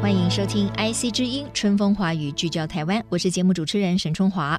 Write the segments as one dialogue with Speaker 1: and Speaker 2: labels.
Speaker 1: 欢迎收听 IC 之音春风华语聚焦台湾，我是节目主持人沈春华。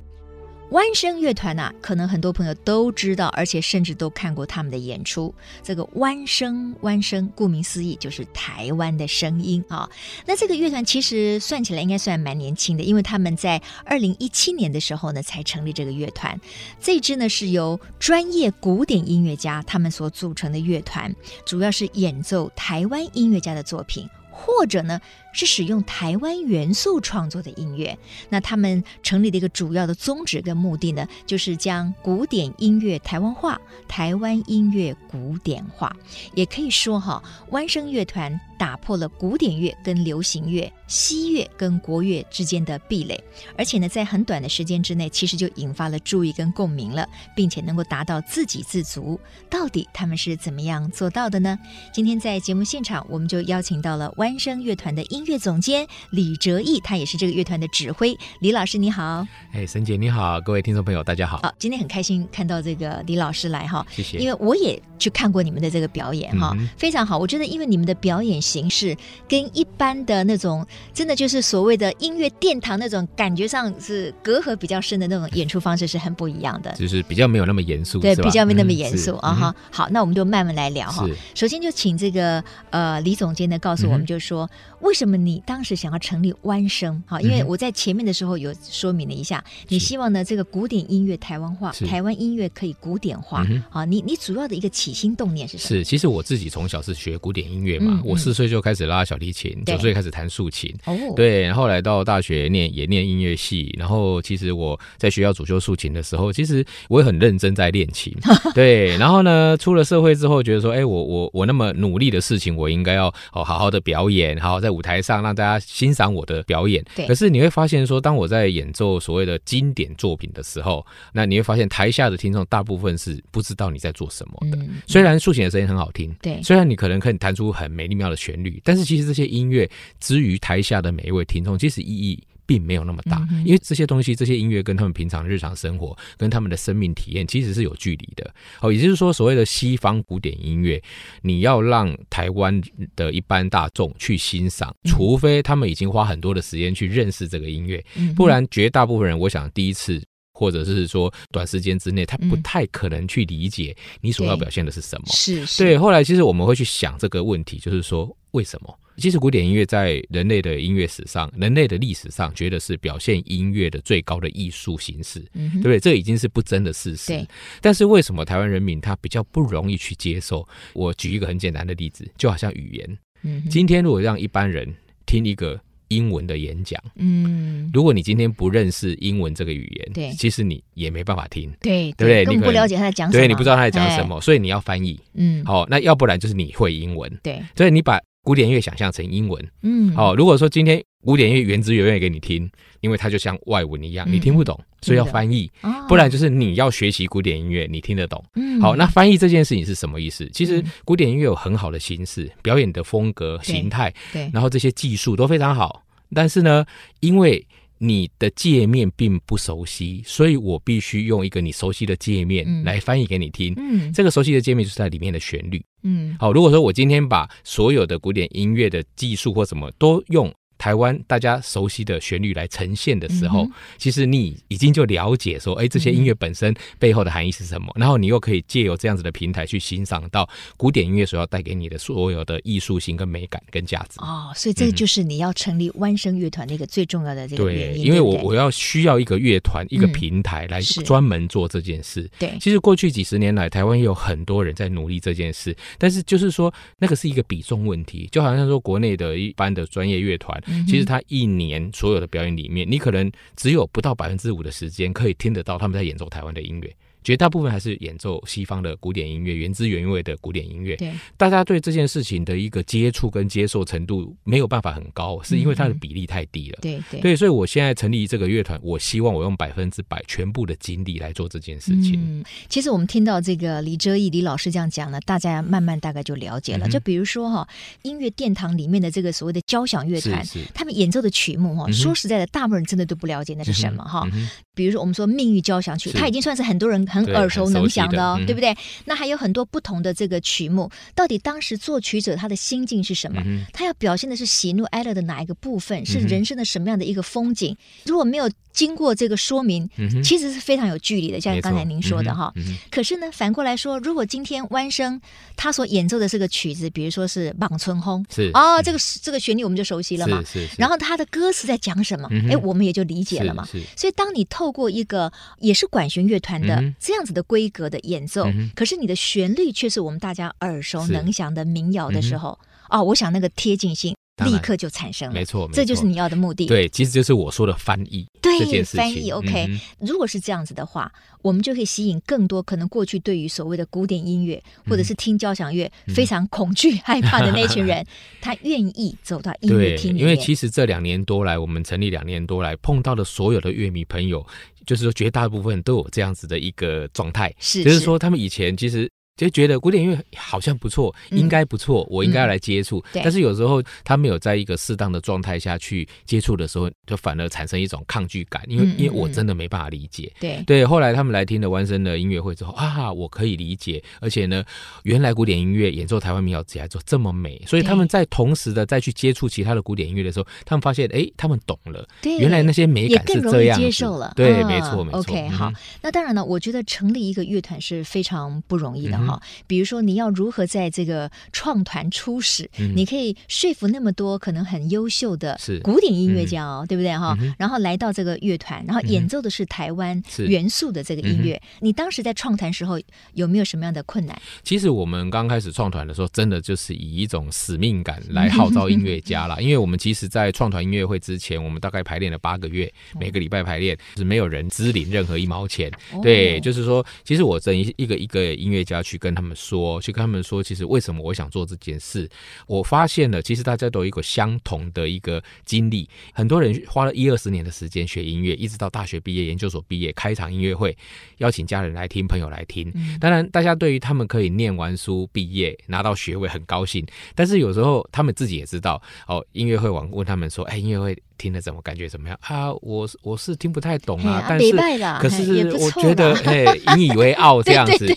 Speaker 1: 弯声乐团呐、啊可能很多朋友都知道，而且甚至都看过他们的演出。这个弯声，弯声，顾名思义就是台湾的声音啊、那这个乐团其实算起来应该算蛮年轻的，因为他们在二零一七年的时候呢才成立这个乐团。这支呢是由专业古典音乐家他们所组成的乐团，主要是演奏台湾音乐家的作品。或者呢，是使用台湾元素创作的音乐。那他们成立的一个主要的宗旨跟目的呢，就是将古典音乐台湾化，台湾音乐古典化。也可以说哈，弯声乐团打破了古典乐跟流行乐、西乐跟国乐之间的壁垒，而且呢，在很短的时间之内，其实就引发了注意跟共鸣了，并且能够达到自给自足。到底他们是怎么样做到的呢？今天在节目现场，我们就邀请到了弯声乐团的音乐总监李哲毅，他也是这个乐团的指挥。李老师你好，
Speaker 2: 哎，沈姐你好，各位听众朋友大家好，
Speaker 1: 好，今天很开心看到这个李老师来哈，
Speaker 2: 谢嗯谢。
Speaker 1: 因为我也去看过你们的这个表演哈、
Speaker 2: 嗯哼
Speaker 1: 非常好。我觉得因为你们的表演形式跟一般的那种，真的就是所谓的音乐殿堂那种感觉上是隔阂比较深的那种演出方式是很不一样的。
Speaker 2: 就是比较没有那么严肃，
Speaker 1: 对，
Speaker 2: 是吧
Speaker 1: 比较没那么
Speaker 2: 嗯
Speaker 1: 严肃
Speaker 2: 是
Speaker 1: 啊哈、好，那我们就慢慢来聊哈
Speaker 2: 嗯。是
Speaker 1: 首先就请这个呃李总监呢告诉我
Speaker 2: 嗯
Speaker 1: 们，
Speaker 2: 哼
Speaker 1: 就说、为什么你当时想要成立弯声？好，因为
Speaker 2: 嗯哼
Speaker 1: 我在前面的时候有说明了一下，你
Speaker 2: 是
Speaker 1: 希望呢这个古典音乐台湾化，
Speaker 2: 是
Speaker 1: 台湾音乐可以古典化。
Speaker 2: 嗯哼
Speaker 1: 好，你你主要的一个起心动念是什么？
Speaker 2: 是，其实我自己从小是学古典音乐嘛，
Speaker 1: 嗯
Speaker 2: 我
Speaker 1: 嗯
Speaker 2: 四岁就开始拉小提琴，
Speaker 1: 对
Speaker 2: 九岁开始弹竖琴，
Speaker 1: 哦，
Speaker 2: 对，然后来到大学念也念音乐系，然后其实我在学校主修竖琴的时候，其实我也很认真在练 琴，对，然后呢，出了社会之后，觉得说，哎，我我我那么努力的事情，我应该要哦好好的表演，好好在舞台上让大家欣赏我的表演。
Speaker 1: 对
Speaker 2: 可是你会发现说，当我在演奏所谓的经典作品的时候，那你会发现台下的听众大部分是不知道你在做什么的。
Speaker 1: 嗯，
Speaker 2: 虽然竖琴的声音很好听，
Speaker 1: 对
Speaker 2: 虽然你可能可以弹出很美丽妙的旋律，但是其实这些音乐之于台下的每一位听众，其实意义。并没有那么大
Speaker 1: 嗯，哼
Speaker 2: 因为这些东西、这些音乐跟他们平常日常生活、跟他们的生命体验其实是有距离的。哦，也就是说，所谓的西方古典音乐，你要让台湾的一般大众去欣赏，
Speaker 1: 嗯
Speaker 2: 除非他们已经花很多的时间去认识这个音乐，
Speaker 1: 嗯
Speaker 2: 不然绝大部分人，我想第一次。或者是说，短时间之内，他不
Speaker 1: 嗯
Speaker 2: 太可能去理解你所要表现的是什么。
Speaker 1: 是是，
Speaker 2: 对，后来其实我们会去想这个问题，就是说为什么？其实古典音乐在人类的音乐史上、人类的历史上，觉得是表现音乐的最高的艺术形式，
Speaker 1: 嗯哼，
Speaker 2: 对不对？这已经是不争的事实
Speaker 1: 对。
Speaker 2: 但是为什么台湾人民他比较不容易去接受？我举一个很简单的例子，就好像语言，
Speaker 1: 嗯哼
Speaker 2: 今天如果让一般人听一个英文的演讲，
Speaker 1: 嗯，
Speaker 2: 如果你今天不认识英文这个语言，
Speaker 1: 对
Speaker 2: 其实你也没办法听，
Speaker 1: 对
Speaker 2: 对不对
Speaker 1: 根
Speaker 2: 你
Speaker 1: 本
Speaker 2: 可
Speaker 1: 不了
Speaker 2: 能
Speaker 1: 解他在讲什么，
Speaker 2: 对你不知道他在讲
Speaker 1: 哎
Speaker 2: 什，么，所以你要翻译。
Speaker 1: 嗯，
Speaker 2: 好、那要不然就是你会英文，
Speaker 1: 对，
Speaker 2: 所以你把古典乐想象成英文。
Speaker 1: 嗯，
Speaker 2: 好、如果说今天古典乐原汁原味给你听，因为它就像外文一样，
Speaker 1: 嗯
Speaker 2: 你听不懂，所以要翻译。
Speaker 1: 哦，
Speaker 2: 不然就是你要学习古典音乐，你听得懂。
Speaker 1: 嗯，
Speaker 2: 好，那翻译这件事情是什么意思？其实
Speaker 1: 嗯
Speaker 2: 古典音乐有很好的形式、表演的风格、
Speaker 1: 对
Speaker 2: 形态，
Speaker 1: 对，
Speaker 2: 然后这些技术都非常好，但是呢，因为你的界面并不熟悉，所以我必须用一个你熟悉的界
Speaker 1: 嗯
Speaker 2: 面来翻译给你听。
Speaker 1: 嗯
Speaker 2: 这个熟悉的界面就是在里面的旋律。
Speaker 1: 嗯
Speaker 2: 好，如果说我今天把所有的古典音乐的技术或什么都用台湾大家熟悉的旋律来呈现的时候，
Speaker 1: 嗯哼嗯
Speaker 2: 其实你已经就了解说，哎，这些音乐本身背后的含义是什么，然后你又可以借由这样子的平台去欣赏到古典音乐所要带给你的所有的艺术性跟美感跟价值。
Speaker 1: 哦，所以这个
Speaker 2: 嗯
Speaker 1: 就是你要成立弯声乐团的一个最重要的这个原因，
Speaker 2: 因为
Speaker 1: 对不
Speaker 2: 我
Speaker 1: 对
Speaker 2: 我要需要一个乐团、一个
Speaker 1: 嗯
Speaker 2: 平台来
Speaker 1: 是
Speaker 2: 专门做这件事。
Speaker 1: 对，
Speaker 2: 其实过去几十年来，台湾也有很多人在努力这件事，但是就是说，那个是一个比重问题，就好像说国内的一般的专业乐团，
Speaker 1: 嗯哼
Speaker 2: 其实他一年所有的表演里面，你可能只有不到百分之五的时间可以听得到他们在演奏台湾的音乐。绝大部分还是演奏西方的古典音乐，原汁原味的古典音乐。
Speaker 1: 对，
Speaker 2: 大家对这件事情的一个接触跟接受程度没有办法很高，是因为它的
Speaker 1: 嗯嗯
Speaker 2: 比例太低了。
Speaker 1: 对，对，
Speaker 2: 对，所以我现在成立这个乐团，我希望我用百分之百全部的精力来做这件事情。
Speaker 1: 嗯，其实我们听到这个李哲义李老师这样讲呢，大家慢慢大概就了解了。
Speaker 2: 嗯哼
Speaker 1: 就比如说哈、音乐殿堂里面的这个所谓的交响嗯乐
Speaker 2: 是
Speaker 1: 团。
Speaker 2: 是，
Speaker 1: 他们演奏的曲目哈、
Speaker 2: 嗯哼
Speaker 1: 说实在的，大部分人真的都不了解那是什么哈、
Speaker 2: 嗯哼
Speaker 1: 比如说我们说《命运交响曲》，
Speaker 2: 是
Speaker 1: 它已经算是很多人很
Speaker 2: 对
Speaker 1: 耳熟
Speaker 2: 很熟
Speaker 1: 能
Speaker 2: 悉
Speaker 1: 详
Speaker 2: 的
Speaker 1: 的哦，
Speaker 2: 嗯
Speaker 1: 对不对？那还有很多不同的这个曲目，到底当时作曲者他的心境是什么？
Speaker 2: 嗯哼
Speaker 1: 他要表现的是喜怒哀乐的哪一个部分？是
Speaker 2: 嗯哼
Speaker 1: 人生的什么样的一个风景？如果没有经过这个说明，
Speaker 2: 嗯哼
Speaker 1: 其实是非常有距离的，像
Speaker 2: 没
Speaker 1: 刚才
Speaker 2: 错
Speaker 1: 您说的
Speaker 2: 嗯哼
Speaker 1: 哈。
Speaker 2: 嗯哼
Speaker 1: 可是呢，反过来说，如果今天弯生他所演奏的这个曲子，比如说是《莽村红》，
Speaker 2: 是嗯
Speaker 1: 哦，这个是这个旋律我们就熟悉了嘛。
Speaker 2: 是是是，
Speaker 1: 然后他的歌词在讲什么
Speaker 2: 嗯，哼
Speaker 1: 哎、我们也就理解了嘛。
Speaker 2: 是是
Speaker 1: 所以，当你透过一个也是管弦乐团的、
Speaker 2: 嗯哼
Speaker 1: 这样子的规格的演奏，
Speaker 2: 嗯哼
Speaker 1: 可是你的旋律却是我们大家耳熟
Speaker 2: 是嗯
Speaker 1: 能详的民谣的时候，哦，我想那个贴近性
Speaker 2: 当
Speaker 1: 立
Speaker 2: 然
Speaker 1: 刻就产生了
Speaker 2: 没。错，没
Speaker 1: 这就是
Speaker 2: 错
Speaker 1: 你要的目的。
Speaker 2: 对，其实就是我说的翻译这件事情。
Speaker 1: 翻译 OK、
Speaker 2: 嗯哼
Speaker 1: 如果是这样子的话，我们就可以吸引更多可能过去对于所谓的古典音乐、或者是听交响乐、
Speaker 2: 嗯
Speaker 1: 非常恐惧、害怕的那群 人，他愿意走到音乐
Speaker 2: 对，
Speaker 1: 厅里面。
Speaker 2: 因为其实这两年多来，我们成立两年多来，碰到的所有的乐迷朋友，就是说绝大部分都有这样子的一个状态，
Speaker 1: 是
Speaker 2: 就是说他们以前其实。就觉得古典音乐好像不错，
Speaker 1: 嗯
Speaker 2: 应该不错，我应该要来接触。
Speaker 1: 对
Speaker 2: 但是有时候他没有在一个适当的状态下去接触的时候，就反而产生一种抗拒感，因为、
Speaker 1: 嗯嗯
Speaker 2: 因为我
Speaker 1: 嗯
Speaker 2: 真的没办法理解。
Speaker 1: 对
Speaker 2: 对，后来他们来听了弯声的音乐会之后啊，我可以理解，而且呢，原来古典音乐演奏台湾民谣只来做这么美，所以他们在同时的再去接触其他的古典音乐的时候，他们发现，哎，他们懂了，
Speaker 1: 对，
Speaker 2: 原来那些美
Speaker 1: 也
Speaker 2: 感
Speaker 1: 更
Speaker 2: 是
Speaker 1: 容
Speaker 2: 这
Speaker 1: 易
Speaker 2: 样子
Speaker 1: 接受了。
Speaker 2: 对，
Speaker 1: 嗯
Speaker 2: 没错，没错。
Speaker 1: OK，
Speaker 2: 嗯哼
Speaker 1: 好，，那当然了，我觉得成立一个乐团是非常不容易的
Speaker 2: 嗯
Speaker 1: 哈。比如说，你要如何在这个创团初始，
Speaker 2: 嗯
Speaker 1: 你可以说服那么多可能很优秀的
Speaker 2: 是嗯
Speaker 1: 古典音乐家哦，对不对哈？
Speaker 2: 嗯哼嗯
Speaker 1: 然后来到这个乐团，然后演奏的是台湾
Speaker 2: 是嗯
Speaker 1: 元素的这个音乐。你当时在创团时候有没有什么样的困难？
Speaker 2: 其实我们刚开始创团的时候，真的就是以一种使命感来号召音乐家啦。因为我们其实，在创团音乐会之前，我们大概排练了八个月，每个礼拜排练，是没有人支领任何一毛钱。
Speaker 1: 哦
Speaker 2: 对，就是说，其实我等一一个一个音乐家去跟他们说，去跟他们说，其实为什么我想做这件事，我发现了，其实大家都有一个相同的一个经历。很多人花了一二十年的时间学音乐，一直到大学毕业、研究所毕业，开场音乐会，邀请家人来听，朋友来听。当然，大家对于他们可以念完书、毕业拿到学位很高兴，但是有时候他们自己也知道，哦，音乐会网问他们说，哎，音乐会听了怎么感觉怎么样啊？我是我是听不太懂
Speaker 1: 嘿
Speaker 2: 啊
Speaker 1: 啊，
Speaker 2: 但是
Speaker 1: 不错啦
Speaker 2: 可
Speaker 1: 嘿也
Speaker 2: 是
Speaker 1: 不
Speaker 2: 我
Speaker 1: 错
Speaker 2: 觉得
Speaker 1: 啦
Speaker 2: 嘿引以为傲这样子。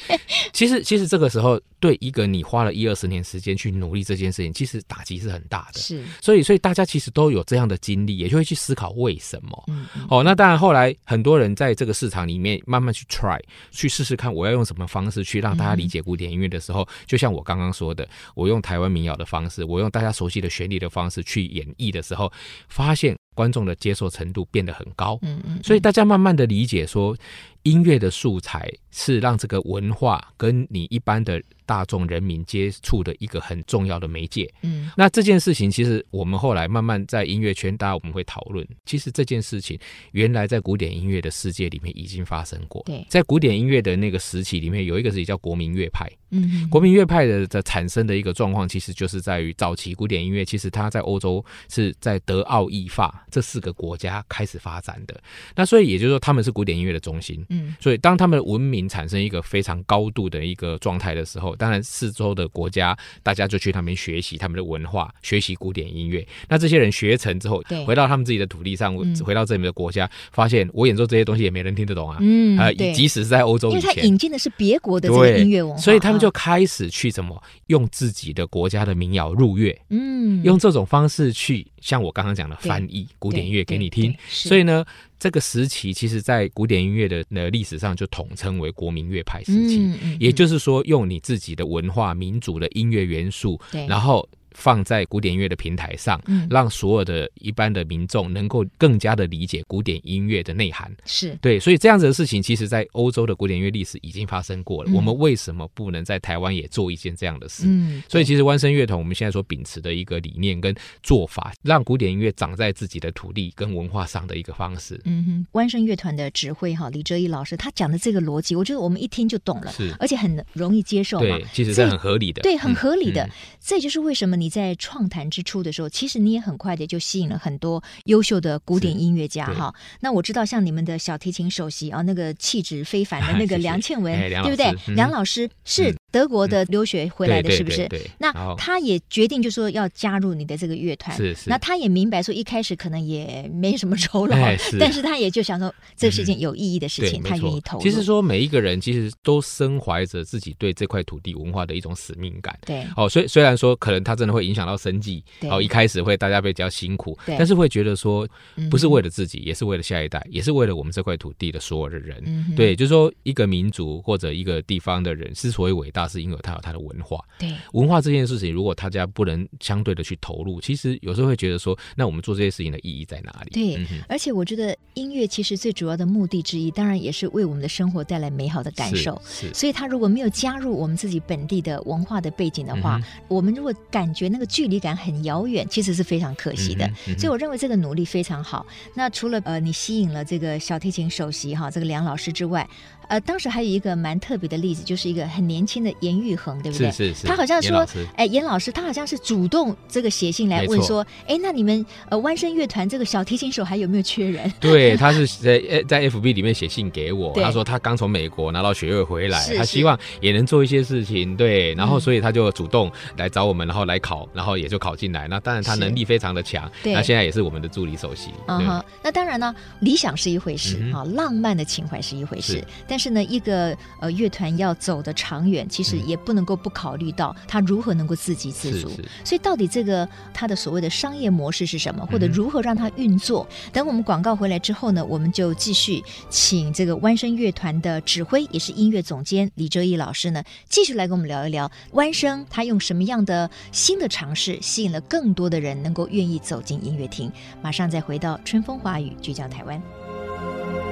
Speaker 2: 其实其实这个时候，对一个你花了一二十年时间去努力这件事情，其实打击是很大的。
Speaker 1: 是，
Speaker 2: 所以所以大家其实都有这样的经历，也就会去思考为什么。
Speaker 1: 嗯，嗯
Speaker 2: 哦，那当然，后来很多人在这个市场里面慢慢去 try，去试试看我要用什么方式去让
Speaker 1: 嗯
Speaker 2: 大家理解古典音乐的时候，就像我刚刚说的，我用台湾民谣的方式，我用大家熟悉的旋律的方式去演绎的时候，发现观众的接受程度变得很高。
Speaker 1: 嗯嗯，
Speaker 2: 所以大家慢慢的理解说，音乐的素材是让这个文化跟你一般的大众人民接触的一个很重要的媒介。
Speaker 1: 嗯，
Speaker 2: 那这件事情，其实我们后来慢慢在音乐圈，大家我们会讨论，其实这件事情原来在古典音乐的世界里面已经发生过。
Speaker 1: 对
Speaker 2: 在古典音乐的那个时期里面，有一个是叫国民乐派。
Speaker 1: 嗯，嗯
Speaker 2: 国民乐派的的产生的一个状况，其实就是在于早期古典音乐，其实它在欧洲是在德、奥、意、法这四个国家开始发展的。那所以也就是说，他们是古典音乐的中心。
Speaker 1: 嗯，
Speaker 2: 所以当他们的文明产生一个非常高度的一个状态的时候，当然四周的国家大家就去那边学习他们的文化，学习古典音乐。那这些人学成之后
Speaker 1: 对，
Speaker 2: 回到他们自己的土地上，
Speaker 1: 嗯
Speaker 2: 回到这里的国家，发现我演奏这些东西也没人听得懂啊。
Speaker 1: 嗯
Speaker 2: 啊、
Speaker 1: 对
Speaker 2: 即使是在欧洲
Speaker 1: 因
Speaker 2: 以
Speaker 1: 为他
Speaker 2: 前，
Speaker 1: 引进的是别国的这个
Speaker 2: 对
Speaker 1: 音乐文化，
Speaker 2: 所以他们就
Speaker 1: 啊
Speaker 2: 开始去怎么用自己的国家的民谣入乐，
Speaker 1: 嗯
Speaker 2: 用这种方式去像我刚刚讲的
Speaker 1: 对
Speaker 2: 翻译古典
Speaker 1: 对
Speaker 2: 音乐给
Speaker 1: 对
Speaker 2: 你听
Speaker 1: 对。是
Speaker 2: 所以呢，这个时期其实，在古典音乐的呃历史上就统称为国民乐派时期。
Speaker 1: 嗯嗯
Speaker 2: 也就是说，用你自己的文化、民族的音乐元素，
Speaker 1: 对
Speaker 2: 然后放在古典音乐的平台上，
Speaker 1: 嗯
Speaker 2: 让所有的一般的民众能够更加的理解古典音乐的内涵。
Speaker 1: 是
Speaker 2: 对，所以这样子的事情，其实在欧洲的古典音乐历史已经发生过了。
Speaker 1: 嗯
Speaker 2: 我们为什么不能在台湾也做一件这样的事？
Speaker 1: 嗯，
Speaker 2: 所以其实弯声乐团我们现在所秉持的一个理念跟做法，让古典音乐长在自己的土地跟文化上的一个方式。
Speaker 1: 嗯哼，万盛乐团的指挥哈李哲一老师，他讲的这个逻辑，我觉得我们一听就懂了，
Speaker 2: 是
Speaker 1: 而且嗯很容易接受嘛
Speaker 2: 对，。其实
Speaker 1: 这
Speaker 2: 是很合理的，
Speaker 1: 对，很合理的。
Speaker 2: 嗯
Speaker 1: 这也就是为什么你在创坛之初的时候，其实你也很快的就吸引了很多优秀的古典
Speaker 2: 是
Speaker 1: 音乐家
Speaker 2: 对
Speaker 1: 哈。那我知道，像你们的小提琴首席啊，那个气质非凡 的那
Speaker 2: 谢
Speaker 1: 个
Speaker 2: 谢
Speaker 1: 梁倩文，
Speaker 2: 哎梁
Speaker 1: 对不
Speaker 2: 老
Speaker 1: 对
Speaker 2: 师？嗯
Speaker 1: 梁老师是
Speaker 2: 嗯
Speaker 1: 德国的留学回来的，
Speaker 2: 对
Speaker 1: 是不是？
Speaker 2: 对对对
Speaker 1: 那
Speaker 2: 然后
Speaker 1: 他也决定就说要加入你的这个乐团，
Speaker 2: 是是
Speaker 1: 那他也明白说一开始可能也没什么酬劳，
Speaker 2: 哎是
Speaker 1: 但是他也就想说这是件有意义的事
Speaker 2: 对，
Speaker 1: 情，
Speaker 2: 没
Speaker 1: 他愿
Speaker 2: 错
Speaker 1: 意投入。
Speaker 2: 其实说每一个人其实都身怀着自己对这块土地文化的一种使命感。
Speaker 1: 对，
Speaker 2: 哦，虽虽然说可能它真的会影响到生计，
Speaker 1: 对
Speaker 2: 哦，一开始会大家比较辛苦，
Speaker 1: 对
Speaker 2: 但是会觉得说
Speaker 1: 嗯
Speaker 2: 不是为了自己，也是为了下一代，也是为了我们这块土地的所有的人。
Speaker 1: 嗯哼
Speaker 2: 对，就是说一个民族或者一个地方的人之所以伟大，是因为他有他的文化。
Speaker 1: 对，
Speaker 2: 文化这件事情，如果大家不能相对的去投入，其实有时候会觉得说，那我们做这些事情的意义在哪里？
Speaker 1: 对
Speaker 2: 嗯哼
Speaker 1: 而且我觉得音乐其实最主要的目的之一，当然也是为我们的生活带来美好的感受。
Speaker 2: 是是
Speaker 1: 所以，他如果没有加入我们自己本地的文化的背景的话，
Speaker 2: 嗯
Speaker 1: 我们如果感觉那个距离感很遥远，其实是非常可惜的。
Speaker 2: 嗯哼嗯哼
Speaker 1: 所以，我认为这个努力非常好。那除了呃，你吸引了这个小提琴首席哈，这个梁老师之外，呃，当时还有一个蛮特别的例子，就是一个很年轻的严玉恒，对不对？
Speaker 2: 是是是，
Speaker 1: 他好像
Speaker 2: 严老
Speaker 1: 说
Speaker 2: 师，
Speaker 1: 哎，严老师，他好像是主动这个写信来问说，哎，那你们呃弯声乐团这个小提琴手还有没有缺人？
Speaker 2: 对，他是在在 FB 里面写信给我，
Speaker 1: 对
Speaker 2: 他说他刚从美国拿到学位回来，
Speaker 1: 是
Speaker 2: 他
Speaker 1: 是
Speaker 2: 希望也能做一些事情，对，然后
Speaker 1: 嗯
Speaker 2: 所以他就主动来找我们，然后来考，然后也就考进来。那当然他
Speaker 1: 是
Speaker 2: 能力非常的强，
Speaker 1: 对
Speaker 2: 那现在也是我们的助理首席。
Speaker 1: 嗯哼，那当然呢，理想是一回事
Speaker 2: 嗯哼
Speaker 1: 啊、浪漫的情怀是一回事
Speaker 2: 是，
Speaker 1: 但是呢，一个呃乐团要走的长远，其实
Speaker 2: 嗯
Speaker 1: 也不能够不考虑到他如何能够自给
Speaker 2: 对
Speaker 1: 自
Speaker 2: 是
Speaker 1: 足。
Speaker 2: 是，
Speaker 1: 所以到底这个它的所谓的商业模式是什么，或者
Speaker 2: 嗯
Speaker 1: 如何让它运作？等我们广告回来之后呢，我们就继续请这个弯声乐团的指挥，也是音乐总监李哲毅老师呢，继续来跟我们聊一聊弯声他用什么样的新的尝试，吸引了更多的人能够愿意走进音乐厅。马上再回到春风华语聚焦台湾。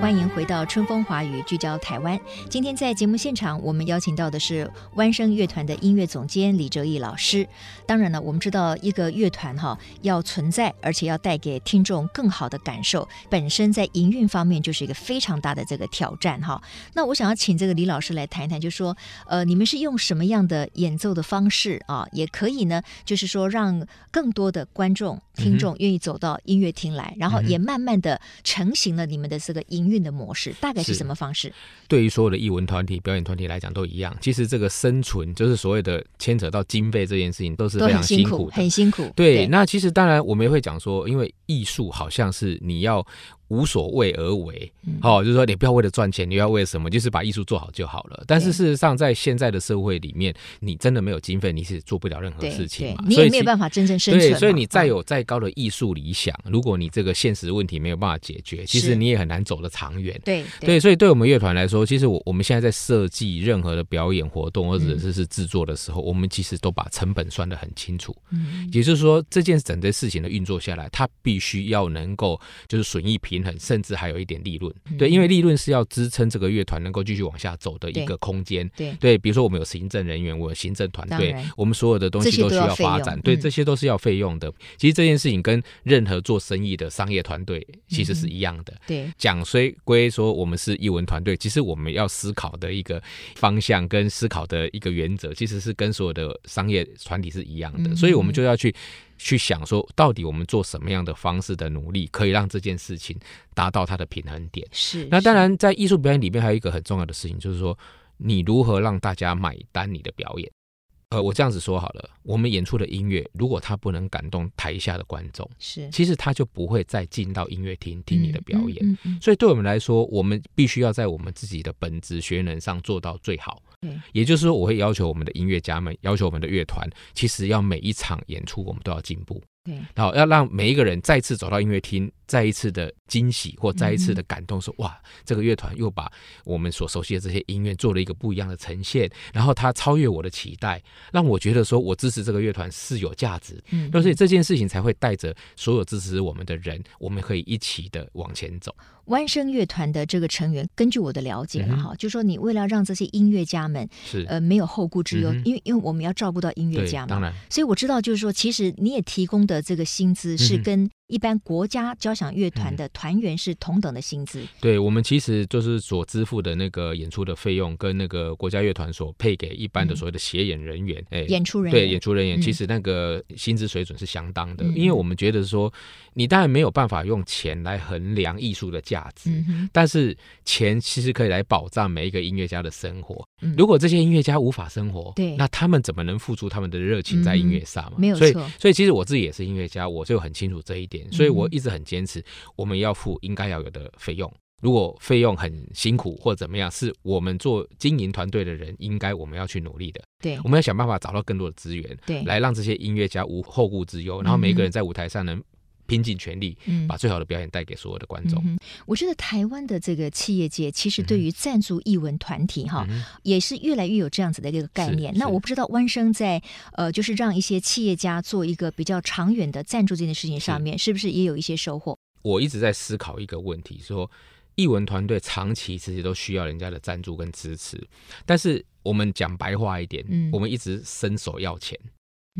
Speaker 1: 欢迎回到春风华语，聚焦台湾。今天在节目现场，我们邀请到的是弯声乐团的音乐总监李哲毅老师。当然了，我们知道一个乐团哈要存在，而且要带给听众更好的感受，本身在营运方面就是一个非常大的这个挑战哈。那我想要请这个李老师来谈一谈，就说呃，你们是用什么样的演奏的方式啊，也可以呢，就是说让更多的观众、听众愿意走到音乐厅来，然后也慢慢的成型了你们的这个营运的模式，大概是
Speaker 2: 是
Speaker 1: 什么方式？
Speaker 2: 对于所有的艺文团体、表演团体来讲都一样。其实这个生存，就是所谓的牵扯到经费这件事情，都是
Speaker 1: 都
Speaker 2: 非常
Speaker 1: 很
Speaker 2: 辛
Speaker 1: 辛
Speaker 2: 苦
Speaker 1: 苦，
Speaker 2: 的。
Speaker 1: 很辛苦。
Speaker 2: 对，那其实当然我们也会讲说，因为艺术好像是你要无所谓而为，
Speaker 1: 嗯
Speaker 2: 好、就是说你不要为了赚钱，你要为了什么，就是把艺术做好就好了。但是
Speaker 1: 对
Speaker 2: 事实上，在现在的社会里面，你真的没有经费，你是做不了任何
Speaker 1: 对
Speaker 2: 事情
Speaker 1: 对
Speaker 2: 嘛，
Speaker 1: 你
Speaker 2: 所
Speaker 1: 也
Speaker 2: 以
Speaker 1: 没有
Speaker 2: 其
Speaker 1: 办法真正生存
Speaker 2: 对，
Speaker 1: 嘛。
Speaker 2: 所以你再
Speaker 1: 嗯
Speaker 2: 有再高的艺术理想，如果你这个现实问题没有办法解决，其
Speaker 1: 是
Speaker 2: 实你也很难走得长远。
Speaker 1: 对
Speaker 2: 对，所以对我们乐团来说，其实我我们现在在设计任何的表演活动或
Speaker 1: 嗯
Speaker 2: 者是是制作的时候，我们其实都把成本算得很清楚。
Speaker 1: 嗯
Speaker 2: 也就是说，这件整件事情的运作下来，它必须要能够就是损益平均衡，甚至还有一点利润。
Speaker 1: 嗯
Speaker 2: 对，因为利润是要支撑这个乐团能够继续往下走的一个空间。
Speaker 1: 对，
Speaker 2: 对，比如说我们有行政人员，我有行政团
Speaker 1: 当
Speaker 2: 队
Speaker 1: 然，
Speaker 2: 我们所有的东
Speaker 1: 这
Speaker 2: 西
Speaker 1: 些
Speaker 2: 都
Speaker 1: 都
Speaker 2: 需
Speaker 1: 要费
Speaker 2: 发
Speaker 1: 用
Speaker 2: 展，对，
Speaker 1: 嗯
Speaker 2: 这些都是要费用的。其实这件事情跟任何做生意的商业团队其实是一样的。
Speaker 1: 对，
Speaker 2: 讲虽归说我们是译文团队，其实我们要思考的一个方向跟思考的一个原则，其实是跟所有的商业团体是一样的，
Speaker 1: 嗯
Speaker 2: 所以我们就要去去想说，到底我们做什么样的方式的努力，可以让这件事情达到它的平衡点。
Speaker 1: 是。
Speaker 2: 那
Speaker 1: 是
Speaker 2: 当，然，在艺术表演里面还有一个很重要的事情，就是说你如何让大家买单你的表演。呃，我这样子说好了，我们演出的音乐，如果它不能感动台下的观众，
Speaker 1: 是
Speaker 2: 其实他就不会再进到音乐厅听你的表演。
Speaker 1: 嗯嗯嗯
Speaker 2: 所以对我们来说，我们必须要在我们自己的本职学能上做到最好。
Speaker 1: 对
Speaker 2: 也就是说，我会要求我们的音乐家们，要求我们的乐团，其实要每一场演出我们都要进步。
Speaker 1: 对
Speaker 2: 然后要让每一个人再次走到音乐厅，再一次的惊喜或再一次的感动说，哇，这个乐团又把我们所熟悉的这些音乐做了一个不一样的呈现，然后它超越我的期待，让我觉得说我支持这个乐团是有价值的
Speaker 1: 嗯，
Speaker 2: 所以这件事情才会带着所有支持我们的人，我们可以一起的往前走。
Speaker 1: 弯声乐团的这个成员，根据我的了解了哈，就说你为了让这些音乐家们
Speaker 2: 嗯是，
Speaker 1: 呃没有后顾之忧，
Speaker 2: 嗯哼
Speaker 1: 因为因为我们要照顾到音乐
Speaker 2: 对
Speaker 1: 家，
Speaker 2: 当
Speaker 1: 嘛，
Speaker 2: 然，
Speaker 1: 所以我知道就是说，其实你也提供的这个薪资是
Speaker 2: 嗯哼
Speaker 1: 跟一般国家交响乐团
Speaker 2: 嗯
Speaker 1: 的团员是同等的薪资，
Speaker 2: 对我们其实就是所支付的那个演出的费用，跟那个国家乐团所配给一般的
Speaker 1: 嗯
Speaker 2: 所谓的协演人员，哎、
Speaker 1: 演出人
Speaker 2: 对
Speaker 1: 员
Speaker 2: 演出人员，
Speaker 1: 嗯
Speaker 2: 其实那个薪资水准是相当的，
Speaker 1: 嗯
Speaker 2: 因为我们觉得说，你当然没有办法用钱来衡量艺术的价值。
Speaker 1: 嗯哼，
Speaker 2: 但是钱其实可以来保障每一个音乐家的生活。
Speaker 1: 嗯
Speaker 2: 如果这些音乐家无法生活，
Speaker 1: 对
Speaker 2: 那他们怎么能付出他们的热情在音乐上嘛？
Speaker 1: 嗯没有
Speaker 2: 所以
Speaker 1: 错，嗯
Speaker 2: 所以其实我自己也是音乐家，我就很清楚这一点，所以我一直很坚持，我们要付应该要有的费用。如果费用很辛苦或怎么样，是我们做经营团队的人应该我们要去努力的。
Speaker 1: 对
Speaker 2: 我们要想办法找到更多的资源，
Speaker 1: 对，
Speaker 2: 来让这些音乐家无后顾之忧，然后每一个人在舞台上能拼尽全力，
Speaker 1: 嗯
Speaker 2: 把最好的表演带给所有的观众。
Speaker 1: 嗯哼我觉得台湾的这个企业界其实对
Speaker 2: 嗯哼
Speaker 1: 于赞助艺文团体哈，
Speaker 2: 嗯
Speaker 1: 也是越来越有这样子的一个概
Speaker 2: 是
Speaker 1: 念。那
Speaker 2: 是
Speaker 1: 我不知道弯生在呃，就是让一些企业家做一个比较长远的赞助这件事情上面，是不是也有一些收获？
Speaker 2: 我一直在思考一个问题，说艺文团队长期其实都需要人家的赞助跟支持，但是我们讲白话一点，
Speaker 1: 嗯
Speaker 2: 我们一直伸手要钱，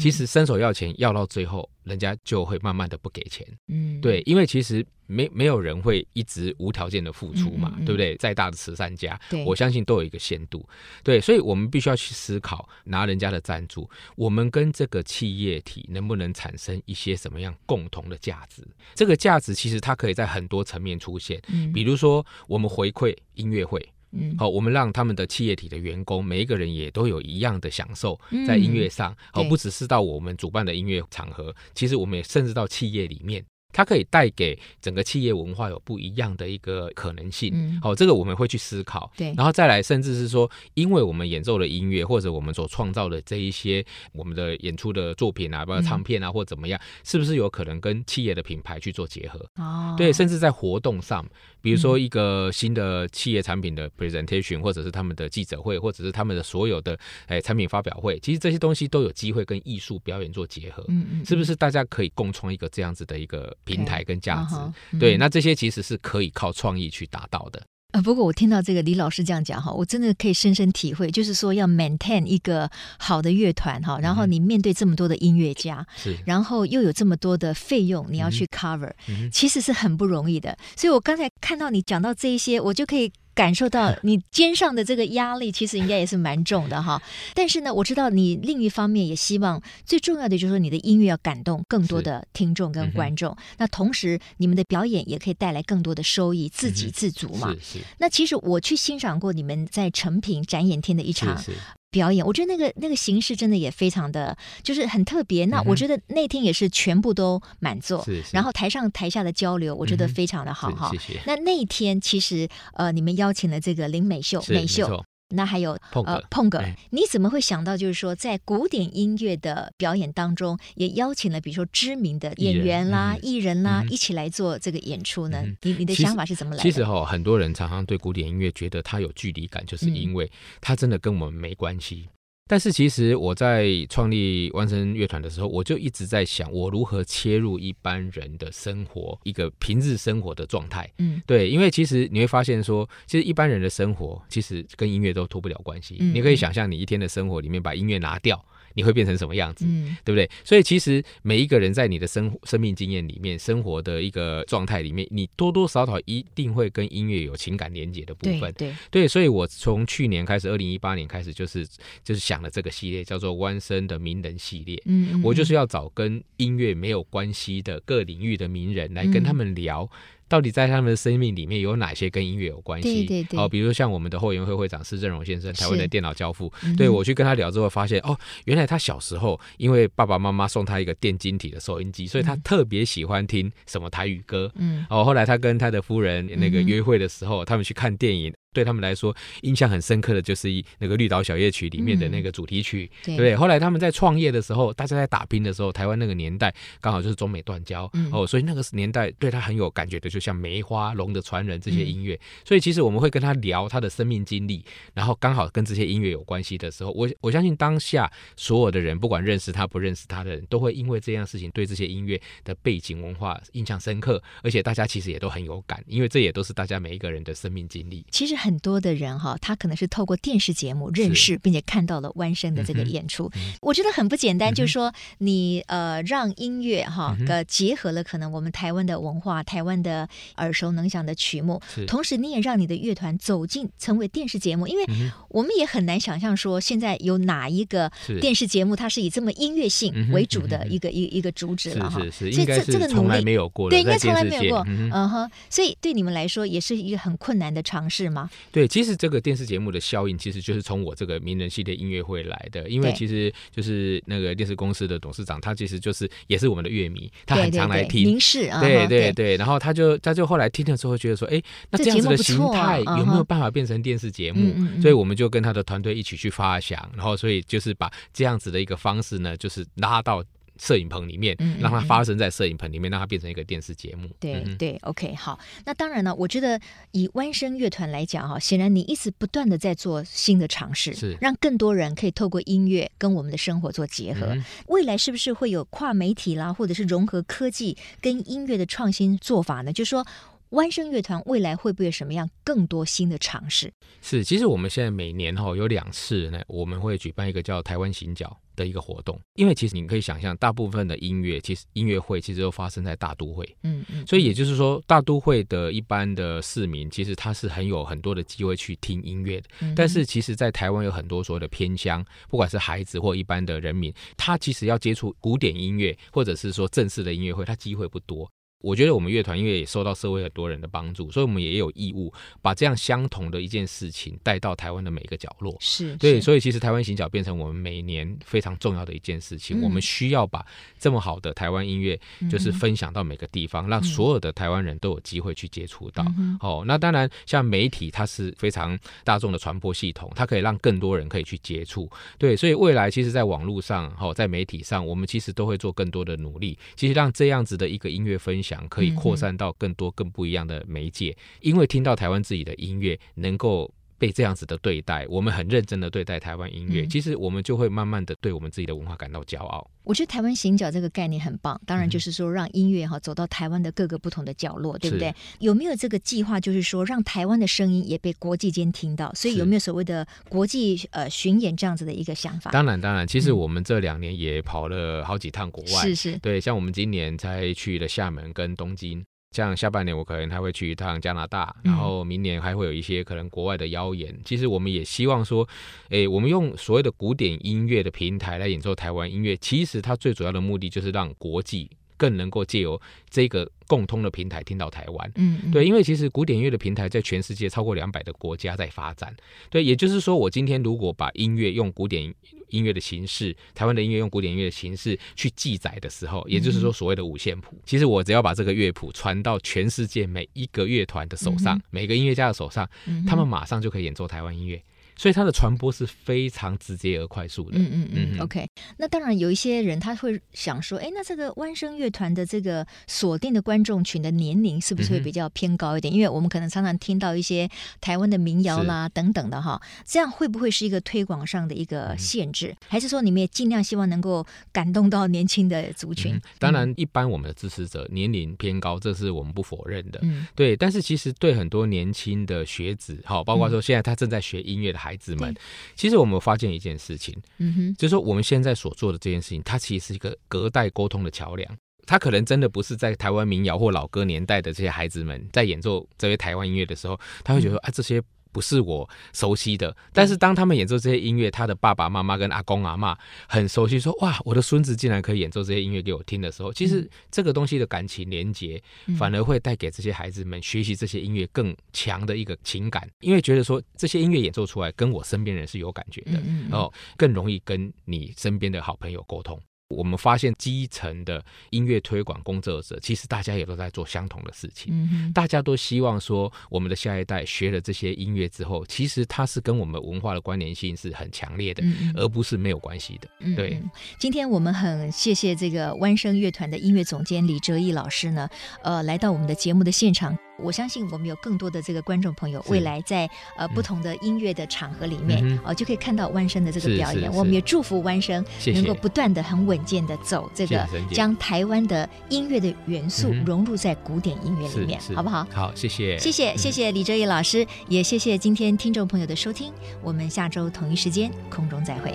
Speaker 2: 其实伸手要钱要到最后，人家就会慢慢的不给钱。
Speaker 1: 嗯，
Speaker 2: 对，因为其实没没有人会一直无条件的付出嘛，
Speaker 1: 嗯嗯嗯
Speaker 2: 对不对？再大的慈善家
Speaker 1: 对，
Speaker 2: 我相信都有一个限度。对，所以我们必须要去思考，拿人家的赞助，我们跟这个企业体能不能产生一些什么样共同的价值？这个价值其实它可以在很多层面出现，
Speaker 1: 嗯，
Speaker 2: 比如哦说我们回馈音乐会。
Speaker 1: 嗯
Speaker 2: 好、我们让他们的企业体的员工每一个人也都有一样的享受
Speaker 1: 嗯
Speaker 2: 在音乐上，好、
Speaker 1: 对
Speaker 2: 不只是到我们主办的音乐场合，其实我们也甚至到企业里面，它可以带给整个企业文化有不一样的一个可能性。
Speaker 1: 嗯
Speaker 2: 好、这个我们会去思考。
Speaker 1: 对
Speaker 2: 然后再来，甚至是说，因为我们演奏的音乐或者我们所创造的这一些我们的演出的作品啊，包括
Speaker 1: 嗯
Speaker 2: 唱片啊、或怎么样，是不是有可能跟企业的品牌去做结合？
Speaker 1: 哦，嗯
Speaker 2: 对，甚至在活动上，比如说一个新的企业产品的 presentation，或者是他们的记者会，或者是他们的所有的哎产品发表会，其实这些东西都有机会跟艺术表演做结合，
Speaker 1: 嗯嗯，
Speaker 2: 是不
Speaker 1: 是？
Speaker 2: 是？大家可以共创一个这样子的一个平台跟价值。
Speaker 1: 嗯哼嗯
Speaker 2: 对，那这些其实是可以靠创意去达到的。
Speaker 1: 呃，不过我听到这个李老师这样讲哈，我真的可以深深体会，就是说要 maintain 一个好的乐团哈，
Speaker 2: 嗯
Speaker 1: 然后你面对这么多的音乐家，
Speaker 2: 是，
Speaker 1: 然后又有这么多的费用你要去 cover，、
Speaker 2: 嗯
Speaker 1: 其实是很不容易的。所以我刚才看到你讲到这一些，我就可以。感受 到你肩上的这个压力，其实应该也是蛮重的哈。但是呢，我知道你另一方面也希望，最重要的就是说你的音乐要感动更多的听众跟观
Speaker 2: 嗯
Speaker 1: 众。那同时，你们的表演也可以带来更多的收益，自给
Speaker 2: 嗯哼
Speaker 1: 自足嘛。
Speaker 2: 是是
Speaker 1: 那其实我去欣赏过你们在成品展演厅的一
Speaker 2: 是
Speaker 1: 场
Speaker 2: 是，
Speaker 1: 表演，我觉得那个那个形式真的也非常的，就是很特别。那
Speaker 2: 嗯哼
Speaker 1: 我觉得那天也是全部都满座，
Speaker 2: 是是
Speaker 1: 然后台上台下的交流，我觉得
Speaker 2: 嗯哼
Speaker 1: 非常的好
Speaker 2: 是
Speaker 1: 哈。
Speaker 2: 谢谢。
Speaker 1: 那那一天其实呃，你们邀请了这个林美秀
Speaker 2: 是
Speaker 1: 美
Speaker 2: 没
Speaker 1: 秀，
Speaker 2: 错，
Speaker 1: 那还有
Speaker 2: 碰
Speaker 1: 呃
Speaker 2: 哥
Speaker 1: 碰哥
Speaker 2: 哎，
Speaker 1: 你怎么会想到就是说在古典音乐的表演当中，也邀请了比如说知名的
Speaker 2: 艺人
Speaker 1: 演员啦
Speaker 2: 嗯、哼
Speaker 1: 艺人啦
Speaker 2: 嗯哼
Speaker 1: 一起来做这个演出呢
Speaker 2: 嗯哼？
Speaker 1: 你你的
Speaker 2: 其实
Speaker 1: 想法是怎么来的？
Speaker 2: 其实哈、很
Speaker 1: 嗯
Speaker 2: 多人常常对古典音乐觉得它有距离感，就是因为它真的跟我们没关系。但是其实我在创立万声乐团的时候，我就一直在想，我如何切入一般人的生活，一个平日生活的状态。
Speaker 1: 嗯
Speaker 2: 对，因为其实你会发现说，其实一般人的生活其实跟音乐都脱不了关系。
Speaker 1: 嗯
Speaker 2: 你可以想象，你一天的生活里面把音乐拿掉，你会变成什么样子？
Speaker 1: 嗯
Speaker 2: 对不对？所以其实每一个人在你的生活生命经验里面、生活的一个状态里面，你多多少少一定会跟音乐有情感连接的部
Speaker 1: 对
Speaker 2: 分。
Speaker 1: 对，
Speaker 2: 对，所以我从去年开始，二零一八年开始，就是就是想了这个系列，叫做《弯身的名人系列》。
Speaker 1: 嗯，嗯
Speaker 2: 我就
Speaker 1: 嗯
Speaker 2: 是要找跟音乐没有关系的各领域的名人来跟他们聊，到底在他们的生命里面有哪些跟音乐有关系？
Speaker 1: 对对对
Speaker 2: 哦，比如说像我们的后援会会长施正荣先生，台湾
Speaker 1: 是
Speaker 2: 的电脑教父，
Speaker 1: 嗯
Speaker 2: 对
Speaker 1: 哼
Speaker 2: 我去跟他聊之后，发现哦，原来他小时候因为爸爸妈妈送他一个电晶体的收音机，所以他特别喜欢听什么台语歌。
Speaker 1: 嗯
Speaker 2: 哦，后来他跟他的夫人那个
Speaker 1: 嗯哼
Speaker 2: 约会的时候，他们去看电影，对他们来说印象很深刻的就是一那个《绿岛小夜曲》里面的那
Speaker 1: 嗯
Speaker 2: 个主题曲，
Speaker 1: 对
Speaker 2: 对不对？后来他们在创业的时候，大家在打拼的时候，台湾那个年代刚好就是中美断交、
Speaker 1: 嗯
Speaker 2: 哦，所以那个年代对他很有感觉的，就像《梅花》《龙的传人》这
Speaker 1: 嗯
Speaker 2: 些音乐。所以其实我们会跟他聊他的生命经历，然后刚好跟这些音乐有关系的时候，我我相信当下所有的人，不管认识他不认识他的人，都会因为这样的事情对这些音乐的背景文化印象深刻，而且大家其实也都很有感，因为这也都是大家每一个人的生命经历。
Speaker 1: 其实很多的人哈，他可能是透过电视节目认识，并且看到了弯声的这
Speaker 2: 嗯
Speaker 1: 个演出，我觉得很不简单。就是说你呃，让音乐
Speaker 2: 嗯
Speaker 1: 哈，呃，结合了可能我们台湾的文化、台湾的耳熟能详的曲目，
Speaker 2: 是
Speaker 1: 同时你也让你的乐团走进成为电视节目，因为
Speaker 2: 嗯
Speaker 1: 我们也很难想象说现在有哪一个
Speaker 2: 是嗯
Speaker 1: 电视节目它是以这么音乐性为主的一个一一个主旨
Speaker 2: 是
Speaker 1: 了哈。
Speaker 2: 是是，
Speaker 1: 所以
Speaker 2: 应该
Speaker 1: 这这个
Speaker 2: 是
Speaker 1: 努
Speaker 2: 从来
Speaker 1: 力
Speaker 2: 没有过的，
Speaker 1: 对，应该从
Speaker 2: 在
Speaker 1: 来
Speaker 2: 电视
Speaker 1: 没有
Speaker 2: 界
Speaker 1: 过，
Speaker 2: 嗯哼
Speaker 1: 嗯哼，所以对你们来说也是一个很困难的尝试嘛。
Speaker 2: 对，其实这个电视节目的效应，其实就是从我这个名人系列音乐会来的，因为
Speaker 1: 对
Speaker 2: 其实就是那个电视公司的董事长，他其实就是也是我们的乐迷，他
Speaker 1: 对
Speaker 2: 很
Speaker 1: 对
Speaker 2: 常来
Speaker 1: 对
Speaker 2: 听。
Speaker 1: 凝视啊，
Speaker 2: 对
Speaker 1: 哈
Speaker 2: 对，对，然后他就他就后来听了之后觉得说，哎，那
Speaker 1: 这
Speaker 2: 这样
Speaker 1: 节
Speaker 2: 子
Speaker 1: 目
Speaker 2: 的
Speaker 1: 不
Speaker 2: 形
Speaker 1: 错啊
Speaker 2: 态
Speaker 1: 嗯
Speaker 2: 有没有
Speaker 1: 哼
Speaker 2: 办法变成电视节
Speaker 1: 嗯
Speaker 2: 目
Speaker 1: 嗯？嗯
Speaker 2: 所以我们就跟他的团队一起去发想，然后所以就是把这样子的一个方式呢，就是拉到摄影棚里面
Speaker 1: 嗯嗯，
Speaker 2: 让它
Speaker 1: 嗯
Speaker 2: 发生在摄影棚里面，让它变成一个电视节目。嗯
Speaker 1: 对
Speaker 2: 哼
Speaker 1: 对，OK，好。那当然了，我觉得以弯声乐团来讲哈，显然你一直不断的在做新的尝试，
Speaker 2: 是
Speaker 1: 让更多人可以透过音乐跟我们的生活做结合。
Speaker 2: 嗯
Speaker 1: 未来是不是会有跨媒体啦，或者是融合科技跟音乐的创新做法呢？就说弯声乐团未来会不会有什么样更多新的尝试？
Speaker 2: 是，其实我们现在每年哈、有两次呢，我们会举办一个叫台湾行脚的一个活动，因为其实你可以想象，大部分的音乐其实音乐会其实都发生在大都会，
Speaker 1: 嗯嗯，
Speaker 2: 所以也就是说，大都会的一般的市民其实他是很有很多的机会去听音乐的，
Speaker 1: 嗯
Speaker 2: 但是其实，在台湾有很多所谓的偏乡，不管是孩子或一般的人民，他其实要接触古典音乐，或者是说正式的音乐会，他机会不多。我觉得我们乐团因为也受到社会很多人的帮助，所以我们也有义务把这样相同的一件事情带到台湾的每个角落。
Speaker 1: 是
Speaker 2: 对，
Speaker 1: 是
Speaker 2: 所以其实台湾行脚变成我们每年非常重要的一件事情。
Speaker 1: 嗯
Speaker 2: 我们需要把这么好的台湾音乐，就是
Speaker 1: 嗯哼
Speaker 2: 分享到每个地方，让所有的台湾人都有机会去接触到。
Speaker 1: 嗯哼
Speaker 2: 哦，那当然，像媒体它是非常大众的传播系统，它可以让更多人可以去接触。对，所以未来其实，在网络上，哦，在媒体上，我们其实都会做更多的努力，其实让这样子的一个音乐分享可以
Speaker 1: 嗯哼
Speaker 2: 扩散到更多、更不一样的媒介，因为听到台湾自己的音乐能够。被这样子的对待，我们很认真的对待台湾音乐，
Speaker 1: 嗯
Speaker 2: 其实我们就会慢慢的对我们自己的文化感到骄傲。
Speaker 1: 我觉得台湾行脚这个概念很棒，当
Speaker 2: 嗯
Speaker 1: 然就是说让音乐哈走到台湾的各个不同的角落，对不对
Speaker 2: 是？
Speaker 1: 有没有这个计划，就是说让台湾的声音也被国际间听到？所以
Speaker 2: 是
Speaker 1: 有没有所谓的国际呃巡演这样子的一个想法？
Speaker 2: 当然，当然，其实我们这两年也跑了好几趟国外，
Speaker 1: 是是，
Speaker 2: 对，像我们今年才去了厦门跟东京，像下半年我可能还会去一趟加拿大，然
Speaker 1: 嗯
Speaker 2: 后明年还会有一些可能国外的邀演。其实我们也希望说，诶，我们用所谓的古典音乐的平台来演奏台湾音乐，其实它最主要的目的就是让国际更能够借由这个共通的平台听到台湾。
Speaker 1: 嗯，嗯
Speaker 2: 对，因为其实古典乐的平台在全世界超过两百的国家在发展。对，也就是说，我今天如果把音乐用古典音乐的形式，台湾的音乐用古典音乐的形式去记载的时候，也就是
Speaker 1: 嗯
Speaker 2: 说所谓的五线谱，其实我只要把这个乐谱传到全世
Speaker 1: 嗯
Speaker 2: 界每一个乐团的手上，每个音乐家的手上，他们马上就可以演奏台湾音乐。所以它的传播是非常直接而快速的。
Speaker 1: 嗯嗯嗯
Speaker 2: 嗯
Speaker 1: ，OK。那当然，有一些人他会想说，哎，那这个弯声乐团的这个锁定的观众群的年龄是不是会
Speaker 2: 嗯哼
Speaker 1: 比较偏高一点？因为我们可能常常听到一些台湾的民谣啦等等的哈，这样会不会是一个推广上的一
Speaker 2: 嗯
Speaker 1: 个限制？还是说你们也尽量希望能够感动到年轻的族群？
Speaker 2: 嗯当然，一般我们的支持者年龄偏高，这是我们不否认的。
Speaker 1: 嗯，
Speaker 2: 对，但是其实对很多年轻的学子，好，包括说现在他正在学音乐的孩子们，
Speaker 1: 嗯对
Speaker 2: 其实我们发现一件事情，
Speaker 1: 嗯哼，
Speaker 2: 就是说我们现在所做的这件事情，它其实是一个隔代沟通的桥梁。它可能真的不是在台湾民谣或老歌年代的这些孩子们在演奏这些台湾音乐的时候，他会觉得说
Speaker 1: 嗯
Speaker 2: 啊这些。不是我熟悉的，但是当他们演奏这些音乐，他的爸爸妈妈跟阿公阿嬷很熟悉说哇，我的孙子竟然可以演奏这些音乐给我听的时候，其实这个东西的感情连结，
Speaker 1: 嗯
Speaker 2: 反而会带给这些孩子们学习这些音乐更强的一个情感，因为觉得说这些音乐演奏出来跟我身边人是有感觉的，
Speaker 1: 嗯嗯嗯
Speaker 2: 然后哦更容易跟你身边的好朋友沟通。我们发现基层的音乐推广工作者，其实大家也都在做相同的事情。
Speaker 1: 嗯哼，
Speaker 2: 大家都希望说，我们的下一代学了这些音乐之后，其实它是跟我们文化的关联性是很强烈的，
Speaker 1: 嗯嗯
Speaker 2: 而不是没有关系的。
Speaker 1: 嗯
Speaker 2: 对
Speaker 1: 嗯今天我们很谢谢这个弯声乐团的音乐总监李哲毅老师呢，呃，来到我们的节目的现场。我相信我们有更多的这个观众朋友，
Speaker 2: 是
Speaker 1: 未来在呃不
Speaker 2: 嗯
Speaker 1: 同的音乐的场合里面，
Speaker 2: 嗯
Speaker 1: 哦、就可以看到弯声的这个
Speaker 2: 是
Speaker 1: 表
Speaker 2: 是
Speaker 1: 演。
Speaker 2: 是
Speaker 1: 我们也祝福弯声
Speaker 2: 谢谢
Speaker 1: 能够不断的很稳健的走这
Speaker 2: 谢
Speaker 1: 个
Speaker 2: 谢沈，姐
Speaker 1: 将台湾的音乐的元素
Speaker 2: 嗯哼
Speaker 1: 融入在古典音乐里
Speaker 2: 是
Speaker 1: 面，
Speaker 2: 是，
Speaker 1: 好不好？
Speaker 2: 好，谢谢，
Speaker 1: 谢谢，谢
Speaker 2: 嗯
Speaker 1: 谢李哲毅老师，也谢谢今天听众朋友的收听。我们下周同一时间空中再会。